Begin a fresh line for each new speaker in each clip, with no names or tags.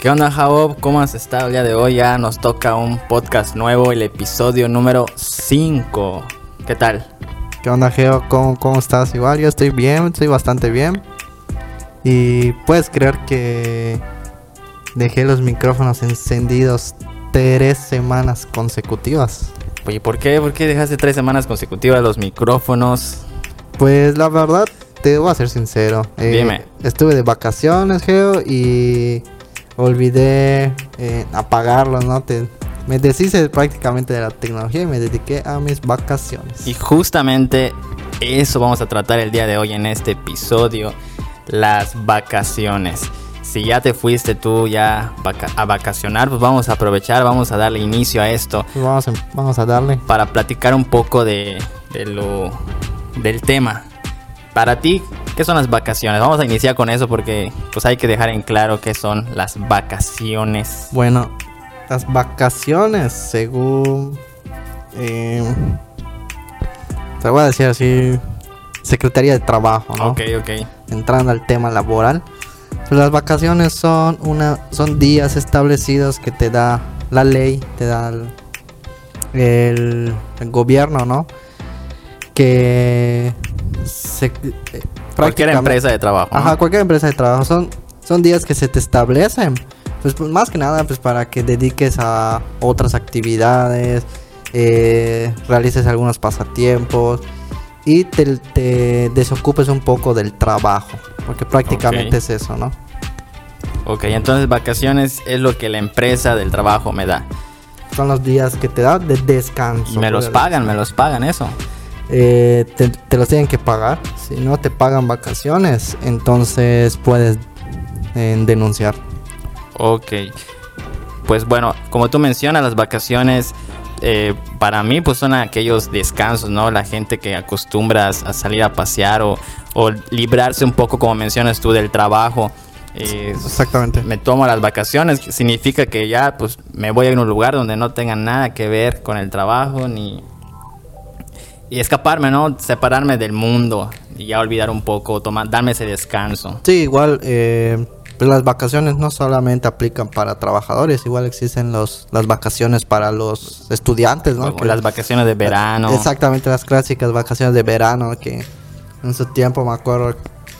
¿Qué onda, Jaob? ¿Cómo has estado el día de hoy? Ya nos toca un podcast nuevo, el episodio número 5. ¿Qué tal?
¿Qué onda, Geo? ¿Cómo, ¿Cómo estás? Igual yo estoy bien, estoy bastante bien. Y puedes creer que dejé los micrófonos encendidos tres semanas consecutivas.
Oye, ¿por qué? ¿Por qué dejaste tres semanas consecutivas los micrófonos?
Pues la verdad, te voy a ser sincero. Eh,
Dime.
Estuve de vacaciones, Geo, y olvidé eh, apagarlos, ¿no? Te- me deshice prácticamente de la tecnología y me dediqué a mis vacaciones.
Y justamente eso vamos a tratar el día de hoy en este episodio, las vacaciones. Si ya te fuiste tú ya vaca- a vacacionar, pues vamos a aprovechar, vamos a darle inicio a esto
Pues Vamos a, vamos a darle.
para platicar un poco de, de lo del tema. Para ti, ¿qué son las vacaciones? Vamos a iniciar con eso porque pues hay que dejar en claro qué son las vacaciones.
Bueno, las vacaciones, según. eh, te voy a decir así: Secretaría de Trabajo, ¿no?
Ok, ok.
Entrando al tema laboral. pues las vacaciones son, una, son días establecidos que te da la ley, te da el, el- el gobierno, ¿no? Que. Se, eh,
Cualquier
prácticamente-
empresa de trabajo. ¿no?
Ajá, cualquier empresa de trabajo. Son, son días que se te establecen. Pues, pues, más que nada, pues para que dediques a otras actividades, eh, realices algunos pasatiempos y te, te desocupes un poco del trabajo. Porque prácticamente
Ok.
es eso, ¿no?
Ok, entonces vacaciones es lo que la empresa del trabajo me da.
Son los días que te da de descanso.
Me los
Pues,
pagan, me los pagan eso.
eh, te, te los tienen que pagar. Si no te pagan vacaciones, entonces puedes eh, denunciar.
Ok. Pues bueno, como tú mencionas, las vacaciones eh, para mí pues son aquellos descansos, ¿no? La gente que acostumbra a a salir a pasear o, o librarse un poco, como mencionas tú, del trabajo. Eh,
Exactamente.
me tomo las vacaciones, que significa que ya pues me voy a ir a un lugar donde no tenga nada que ver con el trabajo ni... Y escaparme, ¿no? Separarme del mundo y ya olvidar un poco, tomar, darme ese descanso.
Sí, igual eh, pues las vacaciones no solamente aplican para trabajadores, igual existen los, las vacaciones para los estudiantes, ¿no?
O las vacaciones de verano.
Exactamente, las clásicas vacaciones de verano que en su tiempo me acuerdo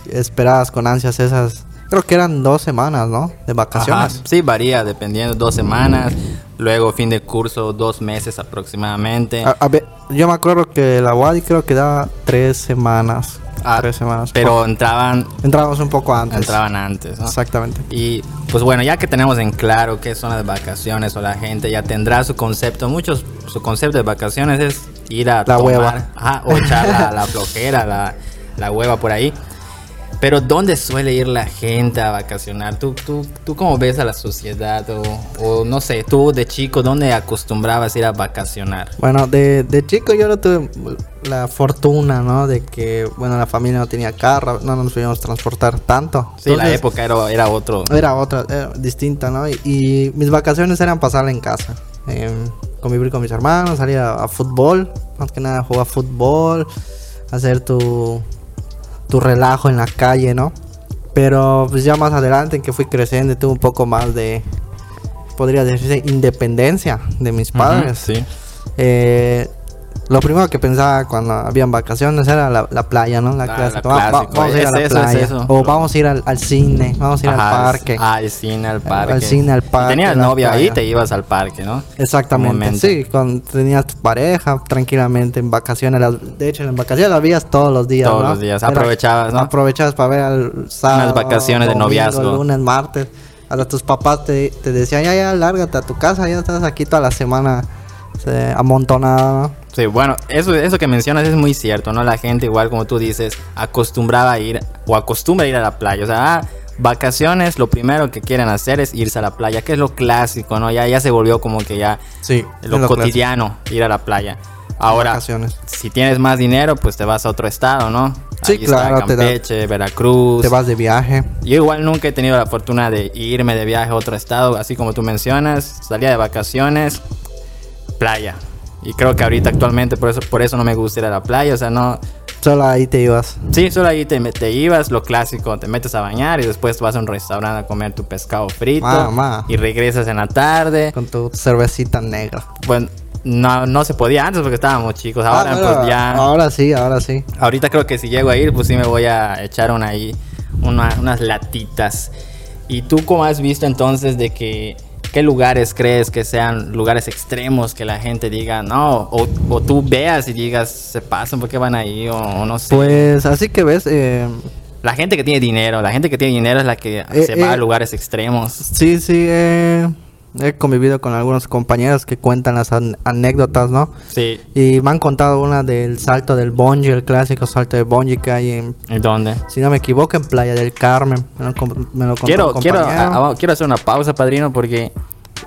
esperadas con ansias esas, creo que eran dos semanas, ¿no? De vacaciones.
Ajá, sí, varía dependiendo, dos semanas, luego fin de curso, dos meses aproximadamente.
A- a ver, yo me acuerdo que la UADI creo que daba tres semanas.
Ah,
tres semanas.
Pero entraban,
Entrábamos un poco antes.
entraban antes, ¿no?
Exactamente.
Y pues bueno, ya que tenemos en claro qué son las vacaciones o la gente ya tendrá su concepto, muchos su concepto de vacaciones es ir a
La
tomar,
hueva.
ajá, o echar la, la flojera, la, la hueva por ahí. Pero ¿dónde suele ir la gente a vacacionar? ¿Tú, tú, tú cómo ves a la sociedad? O, o no sé, tú de chico, ¿dónde acostumbrabas ir a vacacionar?
Bueno, de, de chico yo no tuve la fortuna, ¿no? De que, bueno, la familia no tenía carro, no nos podíamos transportar tanto.
Sí, la
Entonces,
época era, era otro.
Era otra, era distinta, ¿no? Y, y mis vacaciones eran pasarla en casa. em, convivir con mis hermanos, salir a, a fútbol, más que nada jugar fútbol, hacer tu, tu relajo en la calle, ¿no? Pero pues ya más adelante que fui creciendo tuve un poco más de, podría decirse, independencia de mis padres.
Ujú, sí.
Eh, lo primero que pensaba cuando habían vacaciones era la, la playa, ¿no? La
Ah,
clásica.
la
Va- va-
clásico.
vamos a ir a
Es
la
eso, es
playa.
eso.
O vamos a ir al, al cine, vamos a ir
Ajá, ah,
al parque.
Al cine, al parque.
cine, al
Si
parque,
Tenías
la
novia ahí,
playa.
te ibas al parque, ¿no?
Exactamente.
Momento.
Sí, cuando tenías tu pareja tranquilamente en vacaciones. las- de hecho, en vacaciones las veías todos los días.
Todos
¿no?
los días,
Era-
aprovechabas, ¿no?
Aprovechabas para ver al sábado.
vacaciones de
domingo,
noviazgo.
Lunes, martes. Hasta tus papás te, te decían, ya, ya, lárgate a tu casa, ya estás aquí toda la semana eh, amontonada. ¿no?
Sí, bueno, eso, eso que mencionas es muy cierto, ¿no? La gente, igual como tú dices, acostumbraba a ir o acostumbra a ir a la playa. O sea, ah, vacaciones, lo primero que quieren hacer es irse a la playa, que es lo clásico, ¿no? Ya, ya se volvió como que ya
Sí,
lo, cotidiano ir a la playa. Ahora,
Vacaciones.
si tienes más dinero, pues te vas a otro estado, ¿no?
Sí,
Ahí está
claro, te da-
Campeche, Veracruz.
Te vas de viaje.
Yo igual nunca he tenido la fortuna de irme de viaje a otro estado, así como tú mencionas, salía de vacaciones, playa. Y creo que ahorita actualmente por eso, por eso no me gusta ir a la playa, o sea, no,
Solo ahí te ibas.
Sí, solo ahí te, te ibas, lo clásico, te metes a bañar y después vas a un restaurante a comer tu pescado frito
Ma, Ah, ma.
y regresas en la tarde.
Con tu cervecita negra.
Bueno, no, no se podía antes porque estábamos chicos, ahora
Ah, pero
pues ya...
Ahora sí, ahora sí.
Ahorita creo que si llego a ir, pues sí me voy a echar una ahí, una- unas latitas. ¿Y tú cómo has visto entonces de que qué lugares crees que sean lugares extremos que la gente diga no? O, o tú veas y digas, se pasan porque van ahí o, o no sé.
Pues así que ves, eh,
la gente que tiene dinero, la gente que tiene dinero es la que se va a
eh.
lugares extremos.
sí, sí, eh, he convivido con algunos compañeros que cuentan las an- anécdotas, ¿no?
Sí.
Y me han contado una del salto del bungee, el clásico salto del bungee que hay en,
¿Y dónde?
si no me equivoco, en Playa del Carmen. Me lo, com- me lo contó
Quiero,
un
quiero, ah,
compañero.
a- a- quiero hacer una pausa, padrino, porque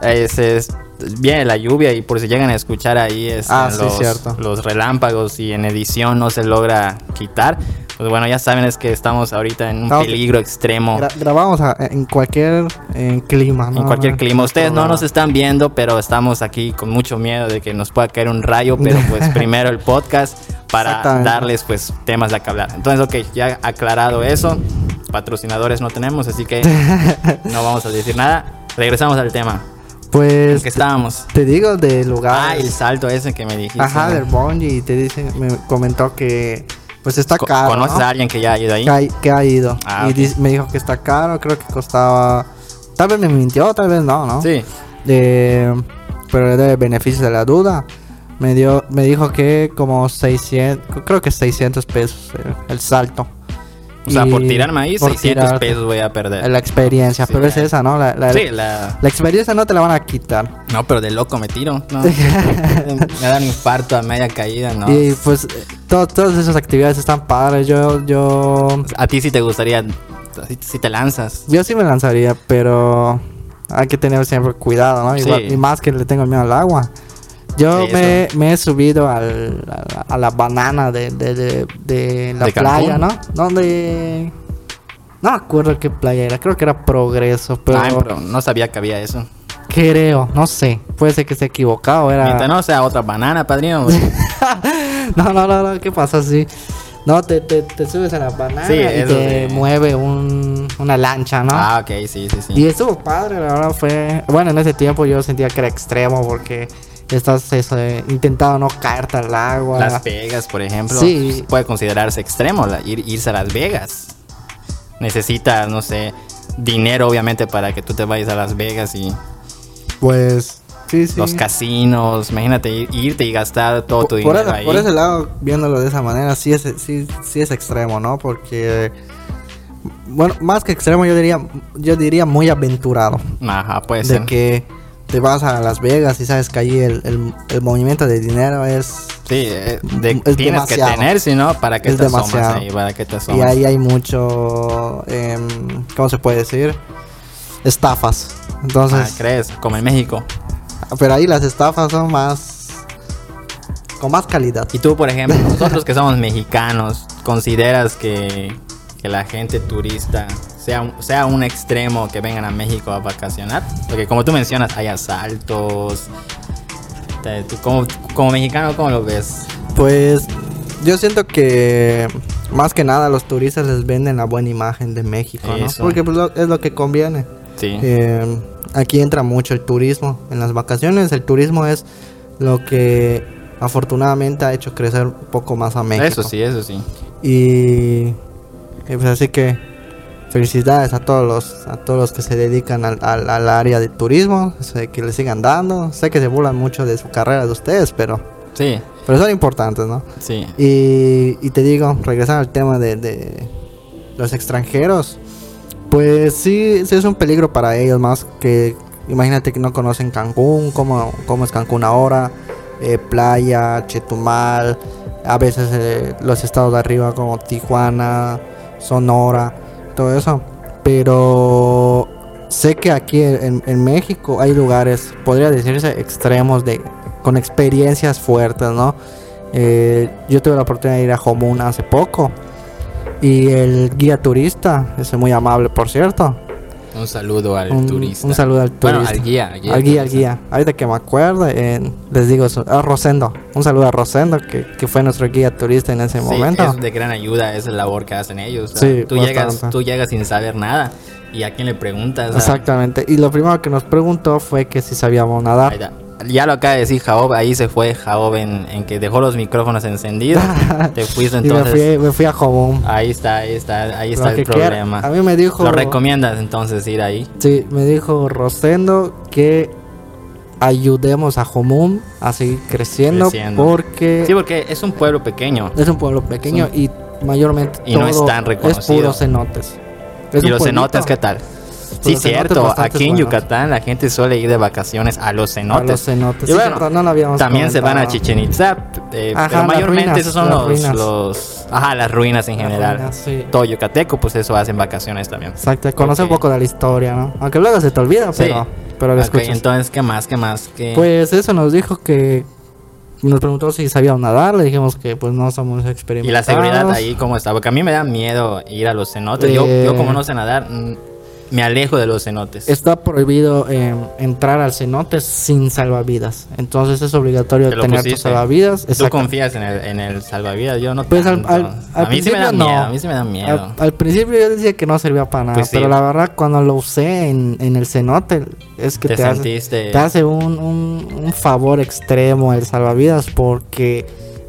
eh, se es- viene la lluvia y por si llegan a escuchar ahí es,
Ah,
eh,
sí,
los,
cierto.
los relámpagos y en edición no se logra quitar. Pues bueno, ya saben es que estamos ahorita en un
Estamos-
peligro extremo.
Gra- grabamos a- en cualquier eh, clima, ¿no?
En cualquier
No,
clima.
no hay
Ustedes no
problema.
nos están viendo, pero estamos aquí con mucho miedo de que nos pueda caer un rayo. Pero pues primero el podcast para
Exactamente.
darles pues temas de que hablar. Entonces, ok, ya aclarado eso. Patrocinadores no tenemos, así que no vamos a decir nada. Regresamos al tema.
Pues
¿En qué estábamos?
te digo de
Ah, el
lugares.
salto ese que me dijiste.
Ajá, del bungee. Y te dicen, me comentó que pues está
Co-
caro.
¿Conoces
¿no?
a alguien que ya ha ido ahí?
que, ha- que ha ido.
Ah,
y
ok.
dis- me dijo que está caro, creo que costaba. Tal vez me mintió, tal vez no, ¿no?
Sí.
Eh, pero de beneficio de la duda. Me, dio, me dijo que como 600, creo que 600 pesos el, el salto.
O sea, por
Y
tirarme ahí,
por
600
tirarte.
pesos voy a perder.
La experiencia,
Sí,
pero es
claro.
esa, ¿no? La, la-
Sí, la...
la experiencia no te la van a quitar.
No, pero de loco me tiro. No. me da un infarto a media caída, ¿no?
Y pues eh, to- todas esas actividades están padres. Yo, yo,
A ti sí te gustaría, si, si te lanzas.
yo sí me lanzaría, pero hay que tener siempre cuidado, ¿no? Igual-
Sí.
y más que le tengo miedo al agua. Yo
Sí,
me, me he subido al- a, la, a la banana de, de- de- de la
¿De
playa,
Cancún?
¿no? Donde... No me acuerdo qué playa era, creo que era Progreso, pero...
Ay, pero no sabía que había eso.
Creo, no sé, puede ser que esté equivocado, era...
Mientras no sea otra banana, padrino.
no, no, no, no, ¿qué pasa así? No, te, te, te subes a la banana
Sí,
y
eso
te
sí.
mueve un, una lancha, ¿no?
ah, ok, sí, sí,
Y
sí.
estuvo padre, la verdad fue... Bueno, en ese tiempo yo sentía que era extremo porque estás eso, eh, intentando no caerte al agua.
Las Vegas, por ejemplo, pues,
Sí.
puede considerarse extremo, la- ir- irse a Las Vegas. Necesitas, no sé, dinero obviamente para que tú te vayas a Las Vegas y
Pues... Sí, sí.
los casinos. Imagínate ir- irte y gastar todo tu
Por-
dinero
por, ese-
ahí.
por ese lado, viéndolo de esa manera, sí es, sí, sí es extremo, ¿no? Porque... Bueno, más que extremo yo diría, yo diría muy aventurado.
Ajá, puede
de
ser.
que te vas a Las Vegas y sabes que allí el, el- el movimiento de dinero es...
Sí, eh, de-
es
tienes que
demasiado.
tener, si no, para que
Es
te asomas
demasiado.
ahí, para que te
Y
asomas.
ahí hay mucho... em, ¿Cómo se puede decir? Estafas.
Ah,
Entonces...
¿crees? Como en México.
pero ahí las estafas son más... Con más calidad.
Y tú, por ejemplo, nosotros que somos mexicanos, ¿consideras que, que la gente turista sea, un- sea un extremo que vengan a México a vacacionar? Porque como tú mencionas, hay asaltos. Te- tú como, como mexicano, ¿cómo lo ves?
Pues yo siento que más que nada los turistas les venden la buena imagen de México, ¿no?
Eso.
Porque pues, lo- es lo que conviene.
Sí.
Eh, aquí entra mucho el turismo. En las vacaciones el turismo es lo que afortunadamente ha hecho crecer un poco más a México.
eso sí, eso sí.
Y, y, pues así que felicidades a todos los a todos los que se dedican al, al- al área de turismo, sé que le sigan dando. Sé que se burlan mucho de su carrera de ustedes, pero
Sí,
pero son importantes, ¿no?
sí.
Y, y te digo, regresando al tema de, de los extranjeros, pues sí, sí es un peligro para ellos más que imagínate que no conocen Cancún, cómo, cómo es Cancún ahora, eh, playa, Chetumal, a veces eh, los estados de arriba como Tijuana, Sonora, todo eso. Pero sé que aquí en, en México hay lugares, podría decirse, extremos de con experiencias fuertes, ¿no? Eh, yo tuve la oportunidad de ir a Homún hace poco y el guía turista, ese muy amable por cierto,
Un saludo al
un,
turista.
un saludo al
Bueno,
turista.
al guía. Al guía.
Al guía, al guía. Ahorita que me acuerdo, eh, les digo eso. a Rosendo. Un saludo a Rosendo, que, que fue nuestro guía turista en ese
Sí,
momento.
es de gran ayuda esa labor que hacen ellos. o sea,
Sí,
tú, llegas,
bastante.
tú llegas sin saber nada y a quién le preguntas. O sea,
Exactamente. Y lo primero que nos preguntó fue que si sabíamos
ahí
nadar.
está. Ya lo acaba de decir Jaob, ahí se fue Jaob en, en que dejó los micrófonos encendidos. te fuiste
y me
entonces.
fui, me fui a Jobón.
Ahí está, ahí está, ahí
Lo
está
que
el
quiera.
problema.
A mí me dijo.
¿Lo recomiendas entonces ir ahí?
Sí, me dijo Rosendo que ayudemos a Jomún a seguir creciendo,
Creciendo.
porque
Sí, porque es un pueblo pequeño.
es un pueblo pequeño y mayormente
Y no es
todo
tan reconocido.
puro cenotes. Es
y
un
los
pueblito.
cenotes, ¿qué tal? Sí,
los cenotes
cierto.
bastante
Aquí en
buenos.
Yucatán la gente suele ir de vacaciones a los
A los
cenotes.
cenotes.
Y
Sí,
bueno,
cierto, no lo habíamos
También se van a
comentado.
Chichen Itza, eh,
Ajá,
pero
las
mayormente
ruinas,
esos son
las
los,
ruinas.
los- Ajá, las ruinas en
Las
general.
ruinas, sí.
Todo Yucateco, pues eso hacen vacaciones también.
Exacto, conoce
Ok.
un poco de la historia, ¿no? Aunque luego se te olvida,
Sí.
pero, pero lo
Ok,
escuchas.
entonces, ¿qué más? ¿Qué más? ¿Qué-
Pues eso nos dijo que nos preguntó si sabíamos nadar, le dijimos que pues no somos experimentados.
y la seguridad ahí, ¿cómo está? Porque a mí me da miedo ir a los cenotes. Yo,
Eh.
yo como no sé nadar, mm, me alejo de los cenotes.
Está prohibido eh, entrar al cenote sin salvavidas. Entonces es obligatorio
Te lo
tener tus
pusiste.
salvavidas.
Tú
Exacto.
confías en el, en el salvavidas, yo no
Pues al-
tanto.
al- al
a mí sí me da
principio no.
miedo, a mí sí me da miedo.
Al, al principio yo decía que no servía para nada,
Pues sí.
pero la verdad cuando lo usé en, en el cenote es que
Te
te, hace,
sentiste...
te hace un, un- un favor extremo el salvavidas porque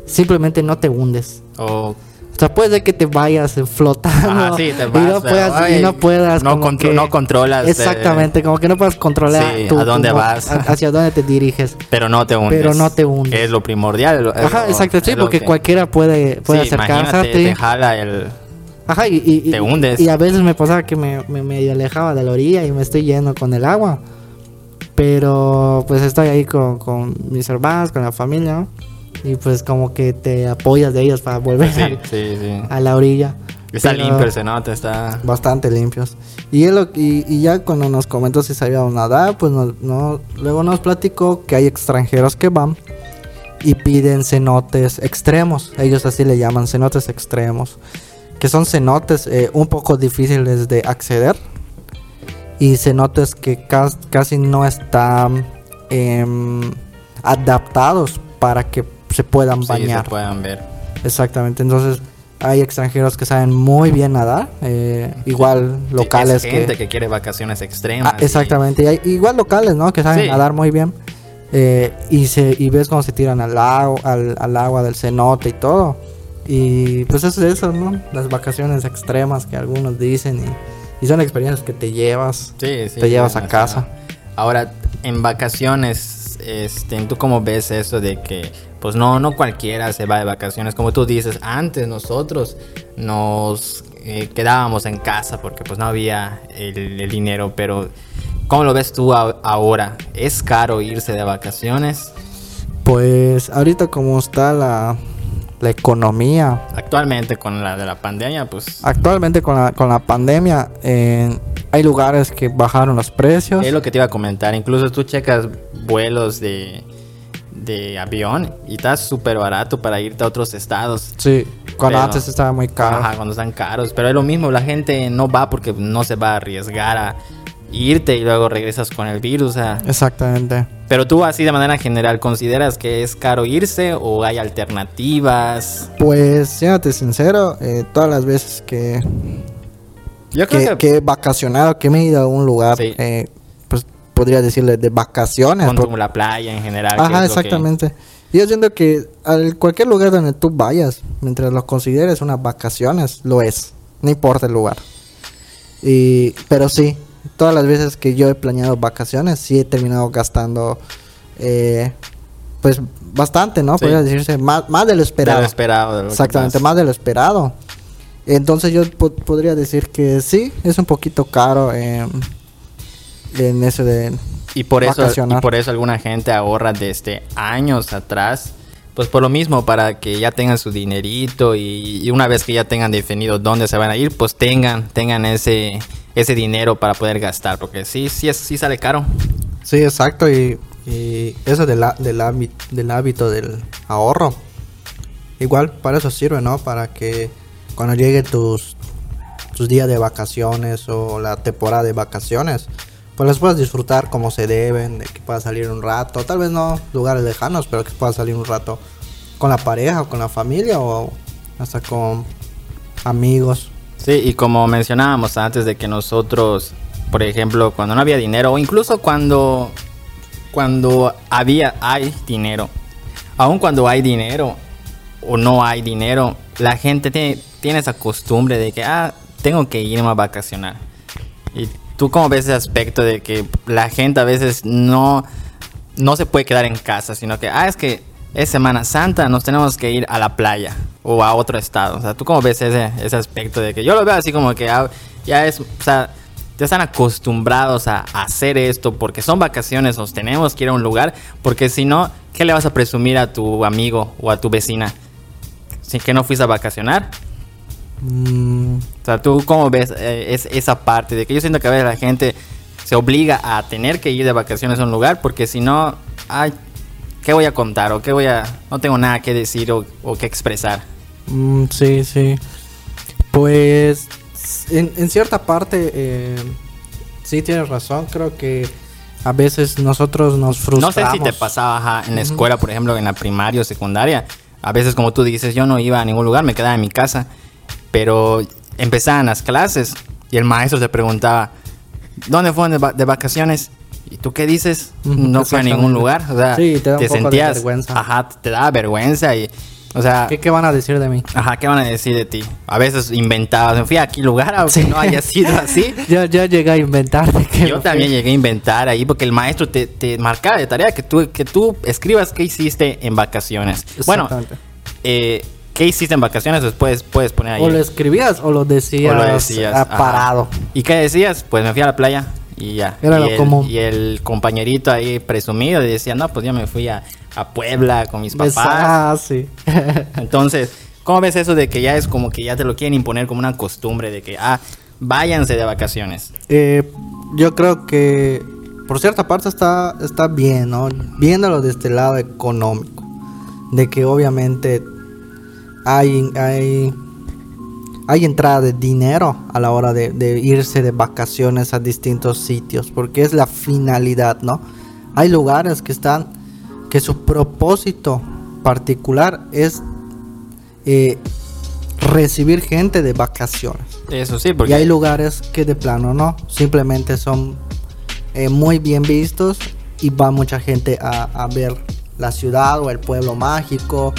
simplemente no te hundes.
o-
O sea, puede ser que te vayas eh, flotando
Ajá, sí, te vas,
y, no
pero,
puedas, y
ay,
no puedas...
no,
como
contro-
que-
no controlas. eh,
Exactamente, como que no puedas controlar
sí,
tu-
a dónde
tu-
vas.
a- hacia dónde te diriges.
pero no te hundes.
Pero no te hundes.
Que es lo primordial. lo- es
Ajá,
lo-
exacto, sí,
es lo
porque
que-
cualquiera puede, puede
sí,
acercarse
imagínate,
a ti.
te jala el...
Ajá, y, y- y-
te hundes.
Y a veces me pasaba que me, me medio alejaba de la orilla y me estoy yendo con el agua. Pero pues estoy ahí con, con mis hermanos, con la familia, ¿no? Y pues como que te apoyas de ellos para volver
pues Sí, sí, sí.
a la orilla.
Está
Pero-
limpio el cenote, está...
bastante limpios. Y, él lo- y, y ya cuando nos comentó si sabíamos nadar, pues no, no- luego nos platicó que hay extranjeros que van y piden cenotes extremos. Ellos así le llaman cenotes extremos. Que son cenotes eh, un poco difíciles de acceder. Y cenotes que cas- casi no están em, adaptados para que se puedan
Sí, se
bañar.
puedan ver.
Exactamente, entonces hay extranjeros que saben muy bien nadar, eh, igual
Sí,
locales
es
que...
gente que... quiere vacaciones extremas.
Ah,
y-
exactamente, y hay- igual locales, ¿no? Que saben
Sí.
nadar muy bien. eh, y, se, y ves cómo se tiran al, lago, al, al agua del cenote y todo. Y pues eso es eso, ¿no? Las vacaciones extremas que algunos dicen y, y son experiencias que te llevas.
Sí, sí,
Te llevas
claro,
a casa.
o sea, Ahora, en vacaciones, este, ¿tú cómo ves eso de que, pues no, no cualquiera se va de vacaciones? Como tú dices, antes nosotros nos eh, quedábamos en casa porque pues no había el, el dinero, pero ¿cómo lo ves tú a- ahora? ¿Es caro irse de vacaciones?
Pues ahorita como está la, la economía,
Actualmente con la de la pandemia, pues
actualmente con la, con la pandemia, eh, hay lugares que bajaron los precios.
Es lo que te iba a comentar. Incluso tú checas vuelos de, de avión y está súper barato para irte a otros estados.
Sí, cuando
Pero-
antes estaba muy caro.
Ajá, cuando están caros. Pero es lo mismo, la gente no va porque no se va a arriesgar a irte y luego regresas con el virus. o sea.
Exactamente.
Pero tú así de manera general, ¿consideras que es caro irse o hay alternativas?
Pues, siéndote sincero, eh, todas las veces que,
Yo creo
que,
que,
que he vacacionado, que me he ido a un lugar,
Sí.
eh, pues podría decirle de vacaciones.
con
por-
tu- la playa en general. que
Ajá,
es lo que-
exactamente. Yo siento que al cualquier lugar donde tú vayas, mientras lo consideres unas vacaciones, lo es. No importa el lugar. Y, pero sí, todas las veces que yo he planeado vacaciones, sí he terminado gastando, eh, pues bastante, ¿no?
Sí.
Podría decirse, más, más de lo
de
esperado.
lo esperado. de lo que
Exactamente,
más.
más de lo esperado. Entonces yo po- podría decir que sí, es un poquito caro eh, en eso de...
Y por eso, y
Vacacionar.
por eso alguna gente ahorra desde años atrás. Pues por lo mismo, para que ya tengan su dinerito y, y una vez que ya tengan definido dónde se van a ir, pues tengan, tengan ese, ese dinero para poder gastar, porque sí, sí, es, sí sale caro.
Sí, exacto, y, y eso del, ha- del, hábi- del hábito del ahorro. Igual para eso sirve, ¿no? Para que cuando llegue tus, tus tus días de vacaciones o la temporada de vacaciones, pues las puedas disfrutar como se deben, de que puedas salir un rato, tal vez no lugares lejanos, pero que puedas salir un rato con la pareja o con la familia o hasta con amigos.
Sí, y como mencionábamos antes de que nosotros, por ejemplo, cuando no había dinero o incluso cuando cuando había hay dinero, aun cuando hay dinero o no hay dinero, la gente tiene, tiene esa costumbre de que ah, tengo que irme a vacacionar. Y tú cómo ves ese aspecto de que la gente a veces no no se puede quedar en casa, sino que ah, es que es Semana Santa, nos tenemos que ir a la playa o a otro estado. O sea, ¿tú cómo ves ese, ese aspecto de que yo lo veo así como que ah, ya, es, o sea, ya están acostumbrados a, a hacer esto porque son vacaciones, nos tenemos que ir a un lugar, porque si no, ¿qué le vas a presumir a tu amigo o a tu vecina? Si que no fuiste a vacacionar.
Mm,
O sea, ¿tú cómo ves eh, es- esa parte de que yo siento que a veces la gente se obliga a tener que ir de vacaciones a un lugar porque si no, ay, ¿qué voy a contar? ¿O qué voy a...? No tengo nada que decir o, o que expresar.
mm, sí, sí. Pues en, en cierta parte, eh, sí tienes razón, creo que a veces nosotros nos
No
frustramos.
sé si te pasaba ajá, en la escuela, por ejemplo, en la primaria o secundaria. A veces, como tú dices, yo no iba a ningún lugar, me quedaba en mi casa. Pero empezaban las clases y el maestro te preguntaba, ¿dónde fueron de, va- de vacaciones? ¿Y tú qué dices?
Ujú,
No fue a ningún
exactamente.
lugar. O sea,
Sí, te da un poco de vergüenza.
Ajá, te daba vergüenza y... O sea,
¿Qué, ¿Qué van a decir de mí?
ajá, ¿qué van a decir de ti? A veces inventabas, me fui a aquí lugar, aunque no haya sido así.
Yo, yo llegué a inventar de que
Yo
me
también llegué a inventar ahí porque el maestro te, te marcaba de tarea que tú, que tú escribas qué hiciste en vacaciones.
fui.
Bueno,
Exactamente.
eh, qué hiciste en vacaciones después puedes poner ahí.
o lo escribías o lo decías,
O lo decías,
ah,
ajá.
parado.
¿Y qué decías? Pues me fui a la playa y ya.
Era
y
lo
el,
común.
Y el compañerito ahí presumido decía, no, pues yo me fui a, a Puebla con mis papás.
Pues, ah, sí.
Entonces, ¿cómo ves eso de que ya es como que ya te lo quieren imponer como una costumbre de que, ah, váyanse de vacaciones?
Eh, yo creo que por cierta parte está, está bien, ¿no? Viéndolo desde el lado económico. De que obviamente hay, hay, hay entrada de dinero a la hora de, de irse de vacaciones a distintos sitios. Porque es la finalidad, ¿no? Hay lugares que están, que su propósito particular es eh, recibir gente de vacaciones.
Eso sí,
Y
porque...
hay lugares que de plano no, simplemente son eh, muy bien vistos y va mucha gente a, a ver la ciudad o el pueblo mágico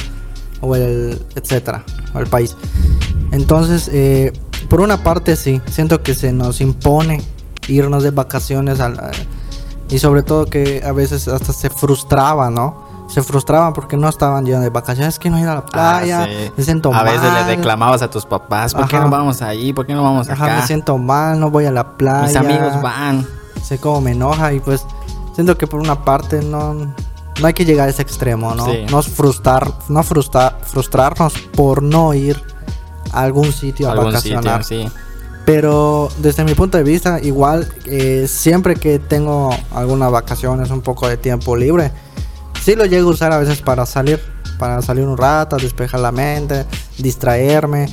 o el etcétera, o el país. Entonces, eh, por una parte sí, siento que se nos impone irnos de vacaciones al- a- y sobre todo que a veces hasta se frustraba, ¿no? Se frustraban porque no estaban yendo de vacaciones, es que no ir a la
Ah,
playa,
sí.
me siento
A veces
mal.
le reclamabas a tus papás, ¿por qué
Ajá.
no vamos ahí? ¿Por qué no vamos
Ajá, me
acá?
siento mal, no voy a la playa.
Mis amigos van.
Sé cómo me enoja y pues siento que por una parte no, no hay que llegar a ese extremo, ¿no?
Sí.
No es frustrar, no frustra- frustrarnos por no ir a algún sitio
a
a
algún sitio,
vacacionar.
sí.
Pero desde mi punto de vista, igual eh, siempre que tengo algunas vacaciones, un poco de tiempo libre, sí lo llego a usar a veces para salir, para salir un rato, despejar la mente, distraerme.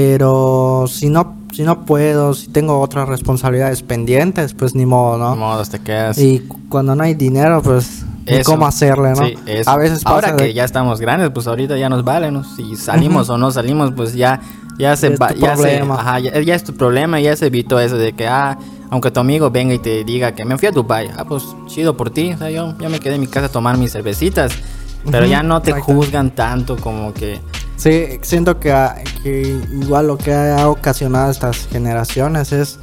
Pero si no, si no puedo, si tengo otras responsabilidades pendientes, pues ni modo, ¿no?
De modos te quedas.
Y cu- cuando no hay dinero, pues ni
Eso.
cómo hacerle, ¿no?
Sí, eso.
a veces pasa
Ahora que
de-
ya estamos grandes, pues ahorita ya nos valen. ¿no? Si salimos o no salimos, pues ya, ya se
Ya es
va-
tu
ya se-
problema.
ajá, ya, ya es tu problema, ya se evitó eso de que, ah, aunque tu amigo venga y te diga que me fui a Dubai, ah, pues chido por ti. O sea, yo ya me quedé en mi casa a tomar mis cervecitas. Pero
Ujú,
ya no te
exacto.
juzgan tanto como que.
Sí, siento que, ha- que igual lo que ha ocasionado estas generaciones es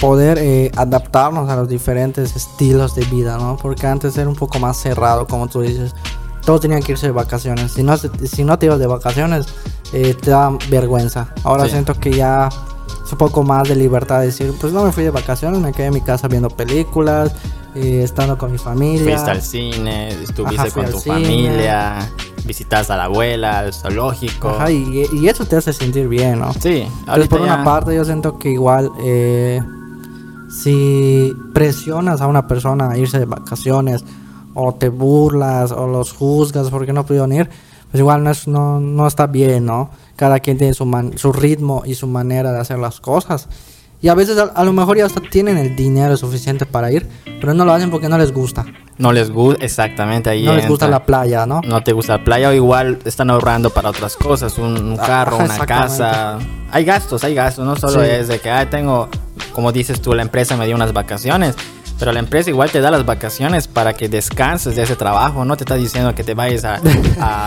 poder eh, adaptarnos a los diferentes estilos de vida, ¿no? Porque antes era un poco más cerrado, como tú dices. Todos tenían que irse de vacaciones. Si no, se- si no te ibas de vacaciones, eh, te da vergüenza. Ahora
Sí.
siento que ya es un poco más de libertad de decir, pues no me fui de vacaciones, me quedé en mi casa viendo películas, eh, estando con mi familia.
Fuiste al cine, estuviste
Ajá, fui
con
al
tu
cine.
familia, visitaste a la abuela, al zoológico.
Ajá, y, y eso te hace sentir bien, ¿no?
Sí,
Entonces,
ahorita
por una
ya-
parte, yo siento que igual eh, si presionas a una persona a irse de vacaciones o te burlas o los juzgas porque no pudieron ir, pues igual no, es, no, no está bien, ¿no? cada quien tiene su, man- su ritmo y su manera de hacer las cosas. Y a veces a, a lo mejor ya hasta tienen el dinero suficiente para ir, pero no lo hacen porque no les gusta.
No les gusta, exactamente ahí.
No les gusta
entra.
la playa, ¿no?
No te gusta la playa o igual están ahorrando para otras cosas, un, un
Ah,
carro, una
exactamente.
casa. Hay gastos, hay gastos, no solo
Sí.
es de que, ah, tengo, como dices tú, la empresa me dio unas vacaciones, pero la empresa igual te da las vacaciones para que descanses de ese trabajo, no te está diciendo que te vayas a,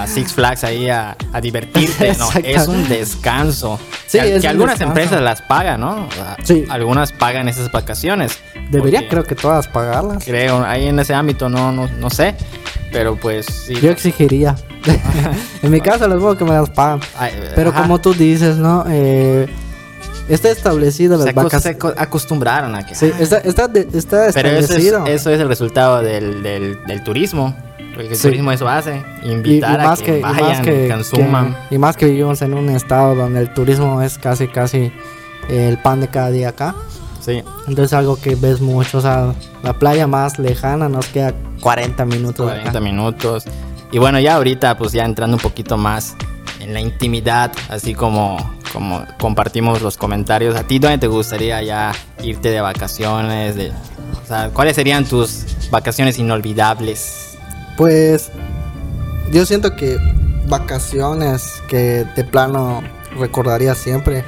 a Six Flags ahí a, a divertirte, no, es un
Exactamente.
descanso.
Sí,
que,
es
que
un
algunas
descanso.
empresas las pagan, ¿no? A-
Sí.
Algunas pagan esas vacaciones.
Debería
porque-
creo que todas pagarlas.
Creo, ahí en ese ámbito no, no, no sé, pero pues sí.
Yo exigiría. en mi caso les digo que me las pagan.
Ay,
Pero
ajá.
como tú dices, ¿no? Eh, está establecido las
se, acu- se
vacaciones.
acu- acostumbraron a que.
Sí, está, está, de- está
pero eso es,
establecido.
eso es el resultado del, del, del turismo. Porque el
Sí.
turismo eso hace.
y, y
Invitar a
más
que,
que, y
vayan,
más que,
consuman.
que- y más que vivimos en un estado donde el turismo es casi casi eh, el pan de cada día acá.
Sí.
Entonces algo que ves mucho, o sea, la playa más lejana nos queda 40 minutos de
40
acá.
minutos. Y bueno, ya ahorita, pues ya entrando un poquito más en la intimidad, así como, como compartimos los comentarios. ¿A ti dónde te gustaría ya irte de vacaciones? De, o sea, ¿cuáles serían tus vacaciones inolvidables?
Pues yo siento que vacaciones que de plano recordaría siempre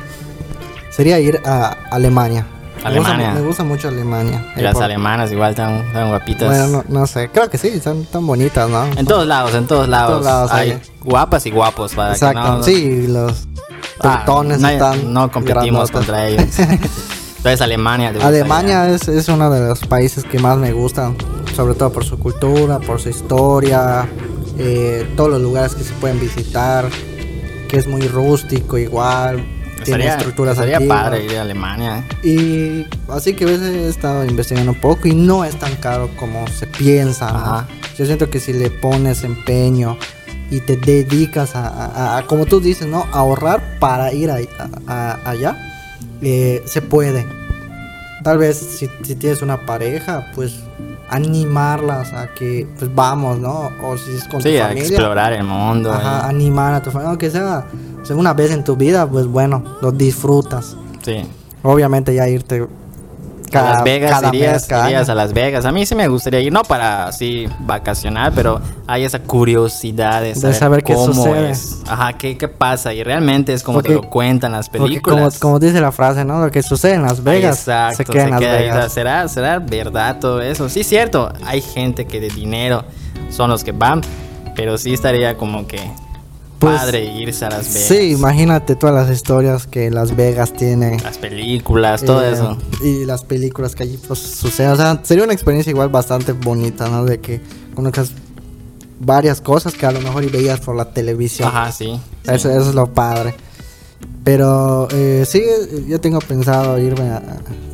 sería ir a Alemania. Me gusta-
Alemania.
Me gusta, mucho Alemania.
Y las
Por-
alemanas igual están, tan guapitas.
Bueno, no, no sé, creo que sí, son tan bonitas, ¿no?
En todos lados, en todos lados.
lados
hay
hay.
guapas y guapos para
Exacto,
que no,
sí, y los
Ah,
teutones
nadie-
están
no competimos
grandotes.
contra ellos. Entonces Alemania. te gusta
Alemania es, es uno de los países que más me gustan, sobre todo por su cultura, por su historia, eh, todos los lugares que se pueden visitar, que es muy rústico igual,
ya.
tiene
Estaría-
estructuras
Estaría
antiguas.
padre ir a Alemania. ¿eh?
Y así que a veces he estado investigando un poco y no es tan caro como se piensa. ¿no?
Ajá.
Yo siento que si le pones empeño y te dedicas a, a- a- como tú dices, ¿no? A ahorrar para ir ahí- a- a- allá, eh, se puede. Tal vez si, si tienes una pareja, pues animarlas a que pues vamos, ¿no? O si es con
Sí,
tu
a
familia.
explorar eh. el mundo.
ajá,
y-
animar a tu familia, aunque sea, sea una vez en tu vida, pues bueno, lo disfrutas.
eh, sí.
Obviamente ya irte
a Las Vegas,
cada
irías,
mes, cada
irías
año.
a Las Vegas. A mí sí me gustaría ir, no para así vacacionar, pero hay esa curiosidad de saber,
saber qué
cómo
sucede.
es. Ajá, qué, qué pasa. Y realmente es como te
Porque-
lo cuentan las
Porque como,
películas.
como dice la frase, ¿no? Lo que sucede en Las Vegas
Exacto,
se queda en Las
ahí.
Vegas.
¿Será, será verdad todo eso? Sí, cierto. Hay gente que de dinero son los que van, pero sí estaría como que
Pues,
padre irse a Las Vegas.
Sí, imagínate todas las historias que Las Vegas tiene.
Las películas, Pues todo
eh,
eso.
Y las películas que allí pues, suceden. O sea, sería una experiencia igual bastante bonita, ¿no? De que conozcas varias cosas que a lo mejor y veías por la televisión.
Ajá, sí. sí.
Eso, eso es lo padre. Pero eh, sí, yo tengo pensado irme a-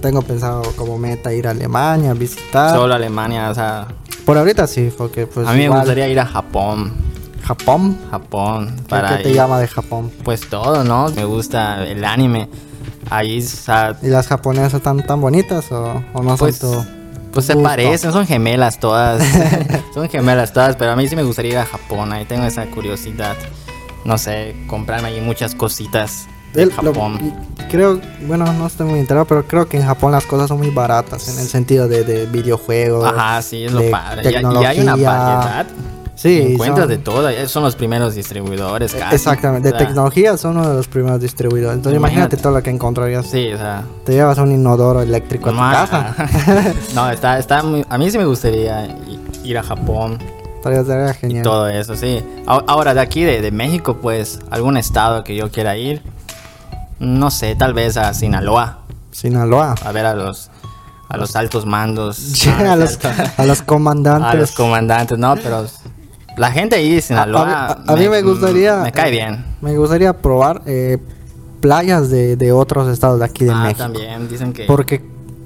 Tengo pensado como meta ir a Alemania, visitar.
Solo Alemania, o sea.
Por ahorita sí, porque Ah, pues
a mí me
igual
gustaría ir a Japón.
Japón.
Japón.
¿Qué-
Para
¿Qué te
ir-
llama de Japón?
Pues todo, ¿no? Me gusta el anime. Ahí, o sea,
¿Y las japonesas están tan bonitas o, o no
Pues,
son
pues se
Gusto.
parecen, son gemelas todas. son gemelas todas, pero a mí sí me gustaría ir a Japón, ahí tengo esa curiosidad. No sé, comprarme ahí muchas cositas
tu...
de
El- lo-
Japón.
y creo, bueno, no estoy muy enterado, pero creo que en Japón las cosas son muy baratas en el sentido de, de videojuegos.
Ajá, sí, es lo
de
padre. Ya, ya hay una
tecnología.
variedad.
Sí,
Encuentras
son-
de todo, eh, son los primeros distribuidores casi.
Exactamente,
O
de
sea,
tecnología son uno de los primeros distribuidores. Entonces imagínate,
Imagínate.
todo lo que encontrarías.
Sí, o sea.
Te llevas un inodoro eléctrico a tu
no,
casa.
no, está, está muy- a mí sí me gustaría i- ir a Japón.
Estaría estaría genial.
Todo eso, sí. A- Ahora, de aquí, de, de México, pues, algún estado que yo quiera ir. No sé, tal vez a Sinaloa.
Sinaloa.
A ver a los, a los altos mandos.
a, los, a los comandantes.
a los comandantes, no, pero la gente ahí de Sinaloa.
A- a- a mí me gustaría- eh,
Me cae bien.
Me gustaría probar eh, playas de, de otros estados de aquí de
ah,
México.
también, dicen que.
Porque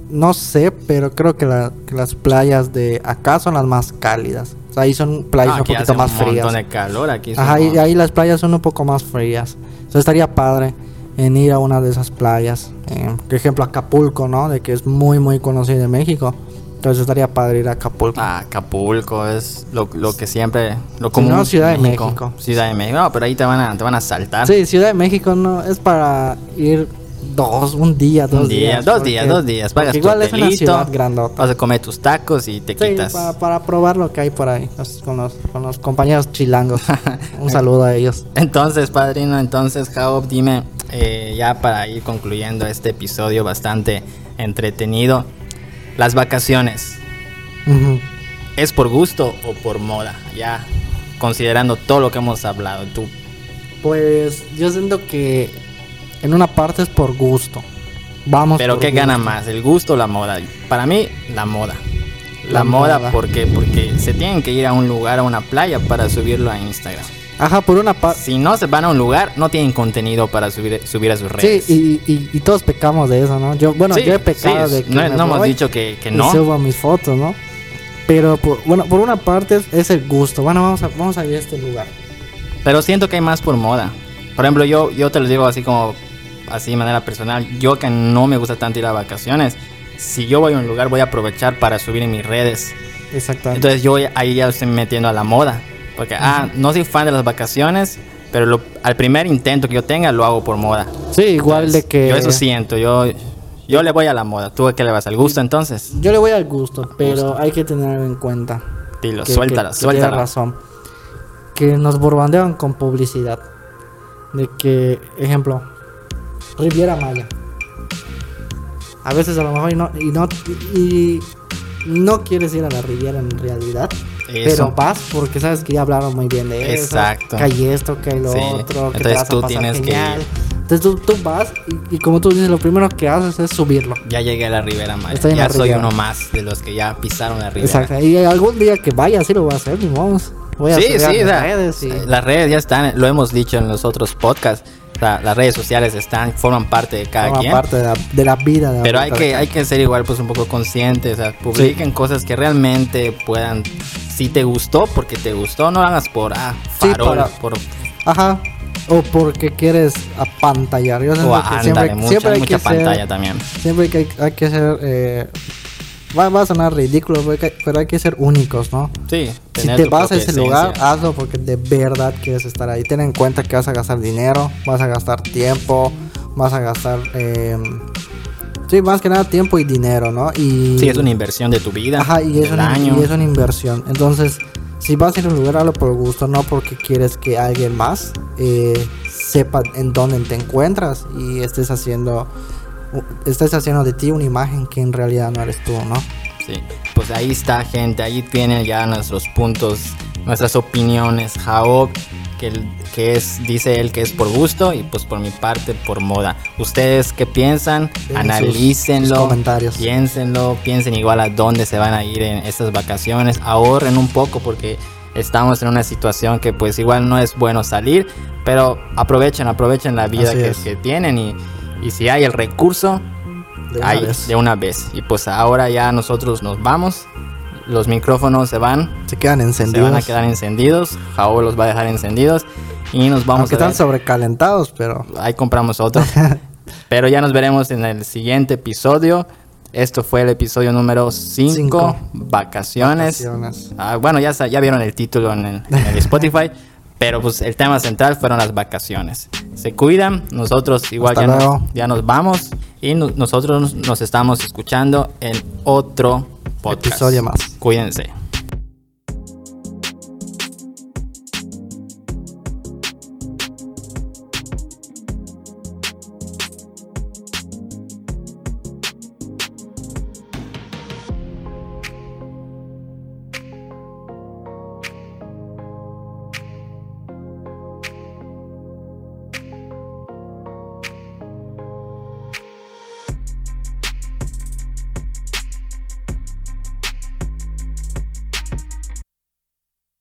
no sé, pero creo que, la- que las playas de acá son las más cálidas. O sea, ahí son playas
Ah,
un
aquí
poquito
hace
más
Un
frías.
montón de calor aquí.
Ajá, y
somos-
ahí las playas son un poco más frías. Entonces estaría padre en ir a em, una de esas playas. eh, por ejemplo, Acapulco, ¿no? De que es muy, muy conocido en México. Entonces estaría padre ir a Acapulco.
Ah, Acapulco es lo, lo que siempre. Lo común.
no,
en
Ciudad de México.
Ciudad de México. No, pero ahí te van a, te van a saltar.
Sí, Ciudad de México no es para ir dos, un día, dos
Un día,
días.
dos
porque-
días, dos días.
porque
Pagas tu
igual es una
hotelito,
ciudad grandota.
Vas a comer tus tacos y te
Sí,
quitas.
para, para probar lo que hay por ahí los- con, los, con los compañeros chilangos. un saludo a ellos.
Entonces, padrino, entonces, Jaob, dime, eh, ya para ir concluyendo este episodio bastante entretenido, las vacaciones,
Ujú.
¿es por gusto o por moda? Ya considerando todo lo que hemos hablado, tú.
Pues yo siento que en una parte es por gusto. Vamos.
Pero
por
¿qué
gusto.
gana más, el gusto o la moda? Para mí, la moda. La,
La
moda,
moda.
porque porque se tienen que ir a un lugar, a una playa para subirlo a Instagram.
Ajá, por una parte.
Si no se van a un lugar, no tienen contenido para subir, subir a sus
Sí,
redes.
y, y- y todos pecamos de eso, ¿no? Yo, bueno,
Sí,
yo he pecado
sí,
de que
no,
me
no hemos
voy
dicho que, que
y
no.
subo mis fotos, ¿no? Pero por, bueno, por una parte es, es el gusto. Bueno, vamos a, vamos a ir a este lugar.
Pero siento que hay más por moda. Por ejemplo, yo, yo te lo digo así como, así de manera personal, yo que no me gusta tanto ir a vacaciones, si yo voy a un lugar voy a aprovechar para subir en mis redes.
Exactamente.
Entonces yo ahí ya estoy metiendo a la moda. Porque, ah, no soy fan de las vacaciones, pero lo- al primer intento que yo tenga lo hago por moda.
sí, igual de que.
Yo eso siento, yo, yo le voy a la moda. ¿Tú a qué le vas? ¿Al gusto entonces?
Yo le voy al gusto, pero hay que tener algo en cuenta.
Dilo,
que-
suéltala,
que- que tiene
suéltala.
razón. Que nos borbandean con publicidad. De que, ejemplo, Riviera Maya. A veces a lo mejor y no, y no, y no quieres ir a la Riviera en realidad. Pero
Eso.
vas porque sabes que ya hablaron muy bien de eso.
Exacto.
Que hay esto, que hay lo
Sí.
otro. Que te
Entonces
vas a
tú
pasar
tienes que
genial.
ir.
Entonces tú, tú vas y, y como tú dices, lo primero que haces es subirlo.
Ya llegué a la Ribera Maya.
Estoy en
ya
la
soy
Ribera.
uno más de los que ya pisaron la Ribera.
Exacto. Y algún día que vaya, sí lo voy a hacer, ni modo. Voy a
Sí,
subir
sí,
a mis
o sea,
redes y...
las redes ya están, lo hemos dicho en los otros podcasts, o sea, las redes sociales están, forman parte de cada
forma
quien.
parte de la, de la vida. de la
Pero hay
vida
que,
de-
hay que ser igual pues un poco conscientes, o sea, publiquen cosas que realmente puedan, si te gustó, porque te gustó, no lo hagas por ah,
Sí,
farol,
para- Pues,
por
Ajá. O porque quieres apantallar. Yo siento
o
que
oh, ándale,
siempre,
mucha,
siempre hay
mucha
que
pantalla
ser...
también.
Siempre hay que, hay que ser... eh, va, va a sonar ridículo, pero hay que, pero hay que ser únicos, ¿no?
Sí,
Si
tener
te
tu
vas a
propia
ese lugar, ah,
esencia.
hazlo porque de verdad quieres estar ahí. Ten en cuenta que vas a gastar dinero, vas a gastar tiempo, vas a gastar... eh, sí, más que nada tiempo y dinero, ¿no? Y
sí, es una inversión de tu vida,
Ajá, y es,
del
una,
año.
y es una inversión. Entonces, si vas a ir a un lugar, hazlo por gusto, no porque quieres que alguien más eh, sepa en dónde te encuentras y estés haciendo, u- estés haciendo de ti una imagen que en realidad no eres tú, ¿no?
Sí, pues ahí está gente, ahí tienen ya nuestros puntos, nuestras opiniones, Jaob, que, el- que es, dice él que es por gusto y pues por mi parte por moda. ¿Ustedes qué piensan?
sus-
Analícenlo,
sus comentarios.
piénsenlo, piensen igual a dónde se van a ir en estas vacaciones, ahorren un poco porque estamos en una situación que pues igual no es bueno salir, pero aprovechen, aprovechen la vida
Así
que,
es.
que tienen y, y si hay el recurso,
De una
Ahí,
vez.
de una vez. Y pues ahora ya nosotros nos vamos. Los micrófonos se van,
Se quedan
se
encendidos.
van a quedar encendidos. Jao los va a dejar encendidos. Y nos vamos
aunque
a ver.
están sobrecalentados, pero
Ahí compramos otro. Pero ya nos veremos en el siguiente episodio. Esto fue el episodio número 5,
Cinco.
vacaciones.
Vacaciones.
Ah, bueno, ya, sa- ya vieron el título en el, en el Spotify, pero pues el tema central fueron las vacaciones. Se cuidan, nosotros igual
Hasta
ya nos,
luego.
ya nos vamos y no- nosotros nos estamos escuchando en otro podcast.
Episodio más.
Cuídense.